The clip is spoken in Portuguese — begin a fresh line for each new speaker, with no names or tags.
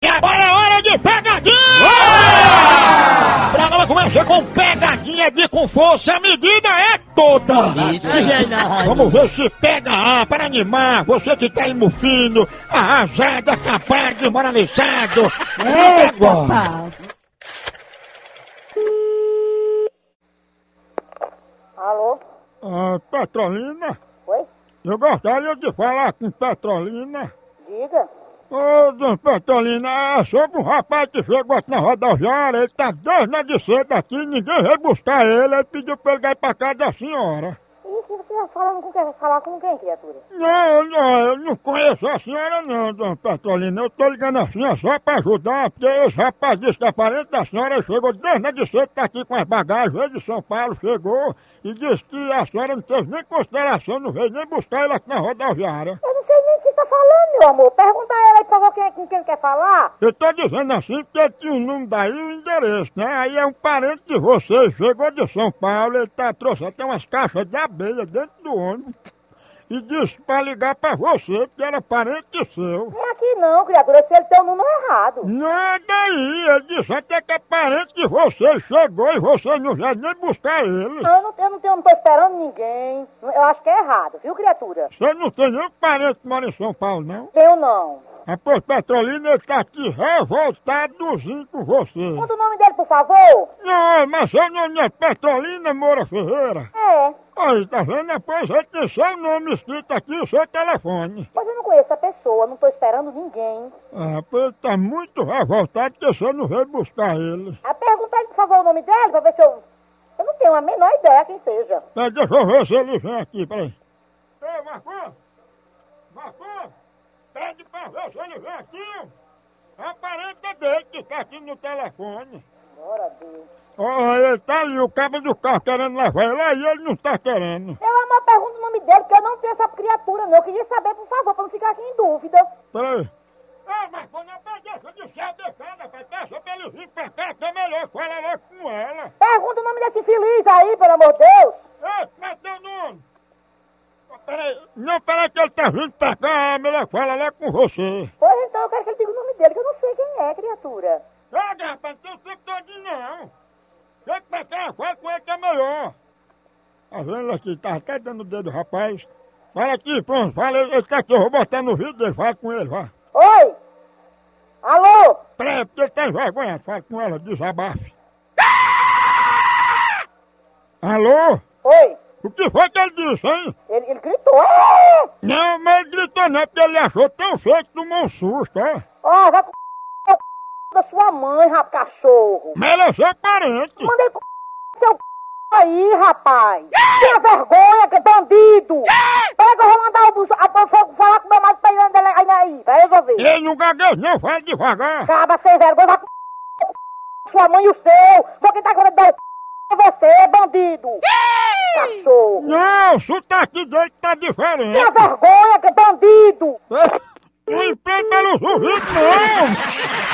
é viaja com pegadinha de com força, a medida é toda. Vamos ver se pega A para animar você que tá aí mufino, arrasado, é acabado, desmoralizado. É agora.
Alô?
Ah, Petrolina,
Oi?
eu gostaria de falar com Petrolina.
Diga.
Ô, dona Petrolina, é sobre um rapaz que chegou aqui na rodoviária, ele tá dois na de cedo aqui, ninguém veio buscar ele, aí pediu pra ele ir pra casa da senhora.
E se você tá falando com quem? Falar com quem, criatura?
Não, não, eu não conheço a senhora não, dona Petrolina, eu tô ligando assim é só pra ajudar, porque esse rapaz disse que é parente da senhora chegou dois na de cedo, tá aqui com as bagagens, veio de São Paulo, chegou, e disse que a senhora não teve nem consideração, não veio nem buscar ele aqui na rodoviária.
Eu não sei nem o que você tá falando, meu amor. Pergunta a ela aí, por favor, quem, é- com quem quer falar.
Eu tô dizendo assim porque tinha o número daí e o endereço, né? Aí é um parente de vocês, chegou de São Paulo, ele tá, trouxe até umas caixas de abelha dentro do ônibus e disse pra ligar pra você, porque era parente seu.
Não é aqui não, criatura. Se ele tem o número errado.
Nada aí, ele disse até que é parente de vocês, chegou e vocês não vieram nem buscar ele.
Não, Ah, eu não, eu não, tenho, não tô esperando ninguém. Eu acho que é errado, viu, criatura?
Você não tem nenhum parente que mora em São Paulo, não?
Tenho não.
A Pôs Petrolina ele tá aqui revoltadozinho com você.
Conta o nome dele, por favor.
Não, mas seu nome é Petrolina Moura Ferreira.
É.
Olha, tá vendo? Pois é, tem seu nome escrito aqui e o seu telefone.
Mas eu não conheço a pessoa, não tô esperando ninguém.
Ah, pois ele tá muito revoltado que você não veio buscar ele.
Ah, pergunta aí, por favor, o nome dele, pra ver se eu... Eu não tenho a menor ideia quem seja.
Tá, deixa eu ver se ele vem aqui, peraí. Ei, Marcão! Marcão! Pede pra ver se ele vem aqui! É a parente dele que tá aqui no telefone.
Glória a Deus.
Ó, ele tá ali, o cabo do carro querendo levar ele aí, ele não tá querendo.
Meu amor, pergunta o nome dele, que eu não tenho essa criatura, não. Eu queria saber, por favor, pra não ficar aqui em dúvida.
Peraí. Ei, Marcão, não deixa de ser deixada, rapaz. Peça pra ele vir pra cá, que é melhor falar logo com ela.
Pergunta o nome desse feliz aí, pelo amor de Deus.
Ei, como é teu nome? Ô, Peraí, não, peraí que ele tá vindo pra cá, é melhor falar lá com você.
Pois então, eu quero que ele diga o nome dele, que eu não sei quem é, criatura.
Ei, rapaz, não tem tempo todo não. Vem pra cá, fala com ele que é melhor. Tá vendo aqui, tá até dando o dedo, rapaz. Fala aqui, pronto, fala, ele tá aqui, eu vou botar no vídeo dele, fala com ele, vá.
Oi? Alô?
Peraí, porque ele tá envergonhado, fala com ela, desabafe. Alô?
Oi?
O que foi que ele disse, hein?
Ele, ele gritou. "Ah!"
Não, mas ele gritou não, porque ele achou tão feio que tomou um susto, ó.
Ó, vai com o c... da sua mãe, rap cachorro.
Mas ele é seu parente.
Manda ele com o seu c... aí, rapaz. Tenha vergonha, que bandido. Pega, eu vou mandar o... bus- a- eu vou falar com meu marido pra ele andar lá- aí, aí, pra resolver.
Ele não gagueja não, vai devagar.
Acaba sem vergonha, vai com o c... sua mãe e o seu. Vou quem tá querendo dar o c... é você, bandido. Cachorro.
Não, o sotaque dele tá diferente.
Tenha vergonha, que bandido!
Não implanta no ouvidos, não.